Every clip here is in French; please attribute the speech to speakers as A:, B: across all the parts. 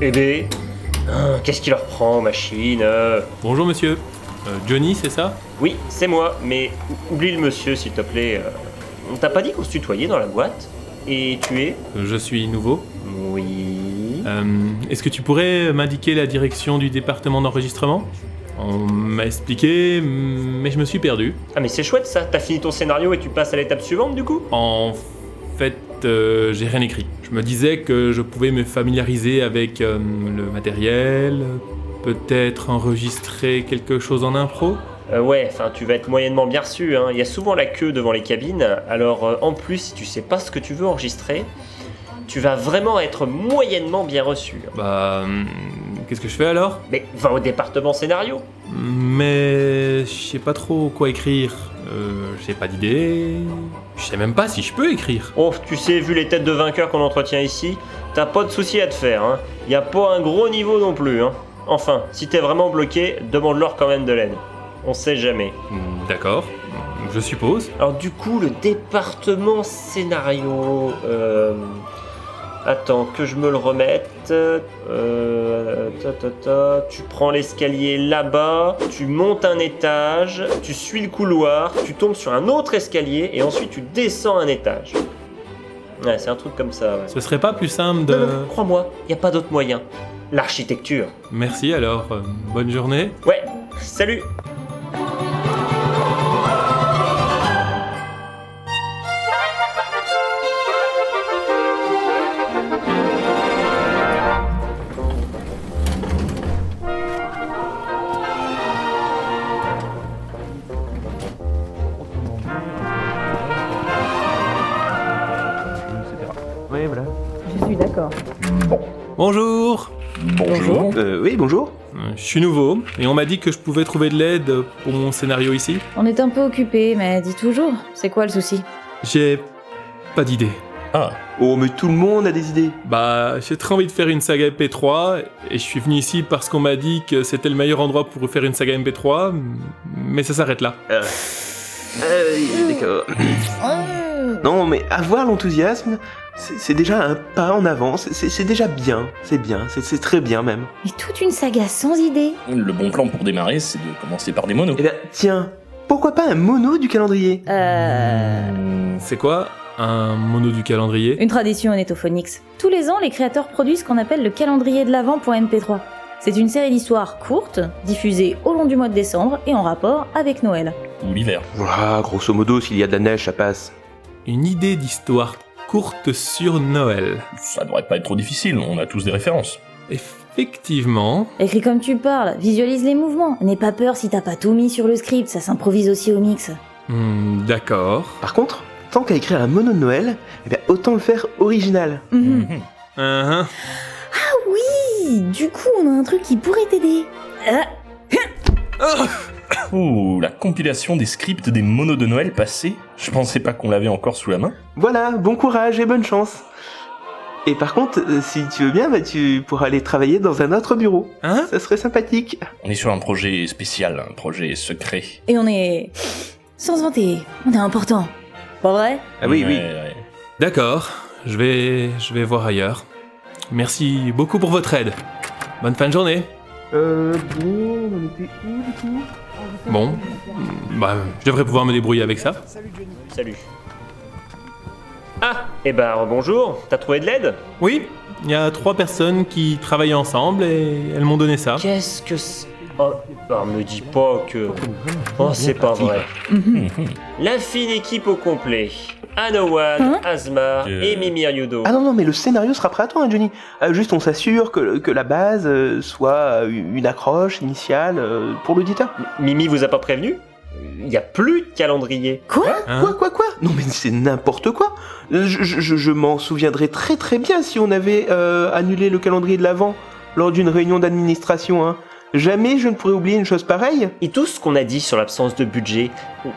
A: aider. Ah, Eh Qu'est-ce qui leur prend, machine euh,
B: Bonjour monsieur. Euh, Johnny, c'est ça
A: Oui, c'est moi, mais ou- oublie le monsieur, s'il te plaît. euh. On t'a pas dit qu'on se tutoyait dans la boîte Et tu es
B: Euh, Je suis nouveau.
A: Oui.
B: Euh, Est-ce que tu pourrais m'indiquer la direction du département d'enregistrement On m'a expliqué, mais je me suis perdu.
A: Ah, mais c'est chouette ça, t'as fini ton scénario et tu passes à l'étape suivante du coup
B: En fait, euh, j'ai rien écrit. Je me disais que je pouvais me familiariser avec euh, le matériel, peut-être enregistrer quelque chose en impro.
A: Euh, ouais, enfin tu vas être moyennement bien reçu, hein. il y a souvent la queue devant les cabines, alors euh, en plus si tu sais pas ce que tu veux enregistrer, tu vas vraiment être moyennement bien reçu. hein.
B: Bah, hum, qu'est-ce que je fais alors
A: Mais va au département scénario
B: Mais je sais pas trop quoi écrire. Euh, j'ai pas d'idée. Je sais même pas si je peux écrire.
A: Oh, tu sais, vu les têtes de vainqueurs qu'on entretient ici, t'as pas de souci à te faire, hein. y a pas un gros niveau non plus. Hein. Enfin, si t'es vraiment bloqué, demande-leur quand même de l'aide. On sait jamais.
B: Hmm, D'accord, je suppose.
A: Alors du coup, le département scénario... euh, Attends, que je me le remette. Euh, ta, ta, ta. Tu prends l'escalier là-bas, tu montes un étage, tu suis le couloir, tu tombes sur un autre escalier et ensuite tu descends un étage. Ouais, c'est un truc comme ça. ouais.
B: Ce serait pas plus simple de...
A: Non, non, crois-moi, il a pas d'autre moyen. L'architecture.
B: Merci alors, euh, bonne journée.
A: Ouais, salut
C: Oui, voilà.
D: Je suis d'accord.
B: Bonjour
D: Bonjour.
C: Euh, oui, bonjour.
B: Euh, Je suis nouveau et on m'a dit que je pouvais trouver de l'aide pour mon scénario ici.
D: On est un peu occupé, mais dis toujours, c'est quoi le souci
B: J'ai pas d'idée.
E: Ah,
C: Oh, mais tout le monde a des idées.
B: Bah, j'ai très envie de faire une saga MP3 et je suis venu ici parce qu'on m'a dit que c'était le meilleur endroit pour faire une saga MP3, mais ça s'arrête là.
C: Euh, d'accord. Non, mais avoir l'enthousiasme, c'est c'est déjà un pas en avant. C'est- C'est c'est déjà bien. C'est bien. C'est- C'est très bien même.
D: Mais toute une saga sans idée
E: le bon plan pour démarrer, c'est de commencer par des monos.
C: Eh ben, tiens, pourquoi pas un mono du calendrier
D: Euh...
B: C'est quoi un mono du calendrier
D: Une tradition en Netophonix. Tous les ans, les créateurs produisent ce qu'on appelle le calendrier de l'Avent pour MP3. C'est une série d'histoires courtes, diffusée au long du mois de décembre et en rapport avec Noël.
E: Ou l'hiver.
C: Voilà, grosso modo, s'il y a de la neige, ça passe.
B: Une idée d'histoire courte sur Noël.
E: Ça devrait pas être trop difficile, on a tous des références.
B: Effectivement,
D: Écris comme tu parles, visualise les mouvements, n'aie pas peur si t'as pas tout mis sur le script, ça s'improvise aussi au mix.
B: Hmm, d'accord.
C: Par contre, tant qu'à écrire un mono de Noël, eh ben, autant le faire original.
E: Mhm.
B: Hein, hein.
D: Oui, du coup, on a un truc qui pourrait t'aider. Ah,
E: Ouh, la compilation des scripts des monos de Noël passés. Je pensais pas qu'on l'avait encore sous la main.
C: Voilà, bon courage et bonne chance. Et par contre, euh, si tu veux bien, bah, tu pourras aller travailler dans un autre bureau.
B: Hein
C: Ça serait sympathique.
E: On est sur un projet spécial, un projet secret.
D: Et on est. sans vanter, on est important. Pas vrai
C: Ah oui, oui.
E: Ouais, ouais.
B: D'accord, je vais, je vais voir ailleurs. Merci beaucoup pour votre aide. Bonne fin de journée.
C: Euh, bon, on était où du coup
B: Bon, hmm, bah, je devrais pouvoir me débrouiller avec ça.
A: Salut Ah Eh ben, bonjour T'as trouvé de l'aide
B: Oui, il y a trois personnes qui travaillent ensemble et elles m'ont donné ça.
A: Qu'est-ce que c'est Oh, bah, me dis pas que... Oh, c'est pas vrai La fine équipe au complet Anowad,
D: Hein
A: Azmar
E: Euh.
A: et Mimir Yudo.
C: Ah non, non, mais le scénario sera prêt à toi, hein, Johnny. Ah, juste, on s'assure que, que la base euh, soit euh, une accroche initiale euh, pour l'auditeur.
A: Mimi vous a pas prévenu Il y a plus de calendrier
B: Hein
C: Quoi, quoi, quoi Non, mais c'est n'importe quoi. Euh, Je, je- je- je m'en souviendrai très très bien si on avait euh, annulé le calendrier de l'avant lors d'une réunion d'administration. Hein. Jamais je ne pourrais oublier une chose pareille.
A: Et tout ce qu'on a dit sur l'absence de budget,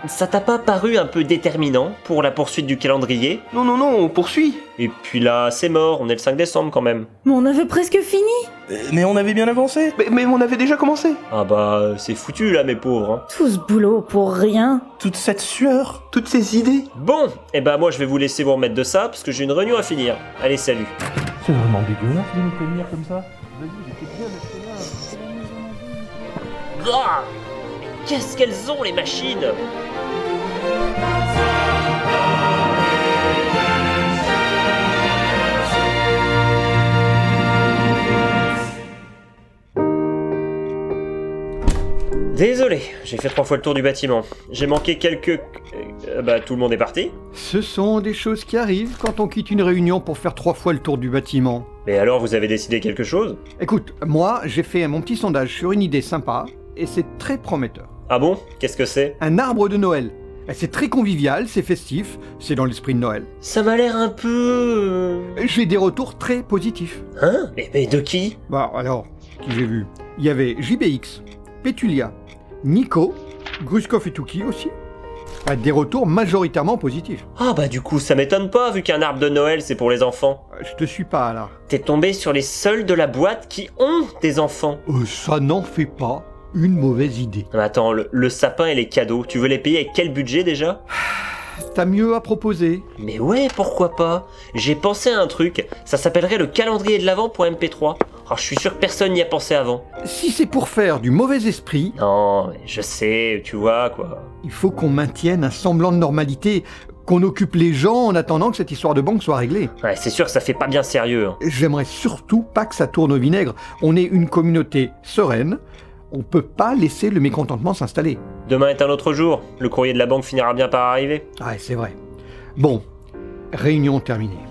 A: ça t'a pas paru un peu déterminant pour la poursuite du calendrier
C: Non, non, non, on poursuit.
A: Et puis là, c'est mort, on est le 5 décembre quand même.
D: Mais on avait presque fini
E: Euh, Mais on avait bien avancé.
C: Mais, mais on avait déjà commencé.
A: Ah bah, c'est foutu là, mes pauvres. hein.
D: Tout ce boulot pour rien
E: Toute cette sueur.
C: Toutes ces idées.
A: Bon, et bah moi je vais vous laisser vous remettre de ça, parce que j'ai une réunion à finir. Allez, salut.
F: C'est vraiment dégueulasse de nous prévenir comme ça.
A: Ah Qu'est-ce qu'elles ont les machines Désolé, j'ai fait trois fois le tour du bâtiment. J'ai manqué quelques... Euh, bah tout le monde est parti.
F: Ce sont des choses qui arrivent quand on quitte une réunion pour faire trois fois le tour du bâtiment.
A: Mais alors vous avez décidé quelque chose
F: Écoute, moi, j'ai fait mon petit sondage sur une idée sympa, et c'est très prometteur.
A: Ah bon Qu'est-ce que c'est
F: Un arbre de Noël. Et C'est très convivial, c'est festif, c'est dans l'esprit de Noël.
A: Ça m'a l'air un peu... euh,
F: J'ai des retours très positifs.
A: Hein mais, mais de qui
F: Bah alors, qui j'ai vu Il y avait JBX, Petulia, Nico, Gruskov et Tuki aussi. Ah, Des retours majoritairement positifs.
A: Ah bah du coup ça m'étonne pas vu qu'un arbre de Noël c'est pour les enfants.
F: Euh, Je te suis pas là.
A: T'es tombé sur les seuls de la boîte qui ont des enfants.
F: Euh, ça n'en fait pas une mauvaise idée.
A: Non, mais attends, le, le sapin et les cadeaux, tu veux les payer avec quel budget déjà
F: T'as mieux à proposer.
A: Mais ouais, pourquoi pas J'ai pensé à un truc, ça s'appellerait le calendrier de l'avant pour MP3. Oh, je suis sûr que personne n'y a pensé avant.
F: Si c'est pour faire du mauvais esprit,
A: Non, mais je sais, tu vois quoi.
F: il faut qu'on maintienne un semblant de normalité, qu'on occupe les gens en attendant que cette histoire de banque soit réglée.
A: Ouais, c'est sûr que ça fait pas bien sérieux. hein.
F: J'aimerais surtout pas que ça tourne au vinaigre. On est une communauté sereine. On peut pas laisser le mécontentement s'installer.
A: Demain est un autre jour, le courrier de la banque finira bien par arriver.
F: Ouais, c'est vrai. Bon, réunion terminée.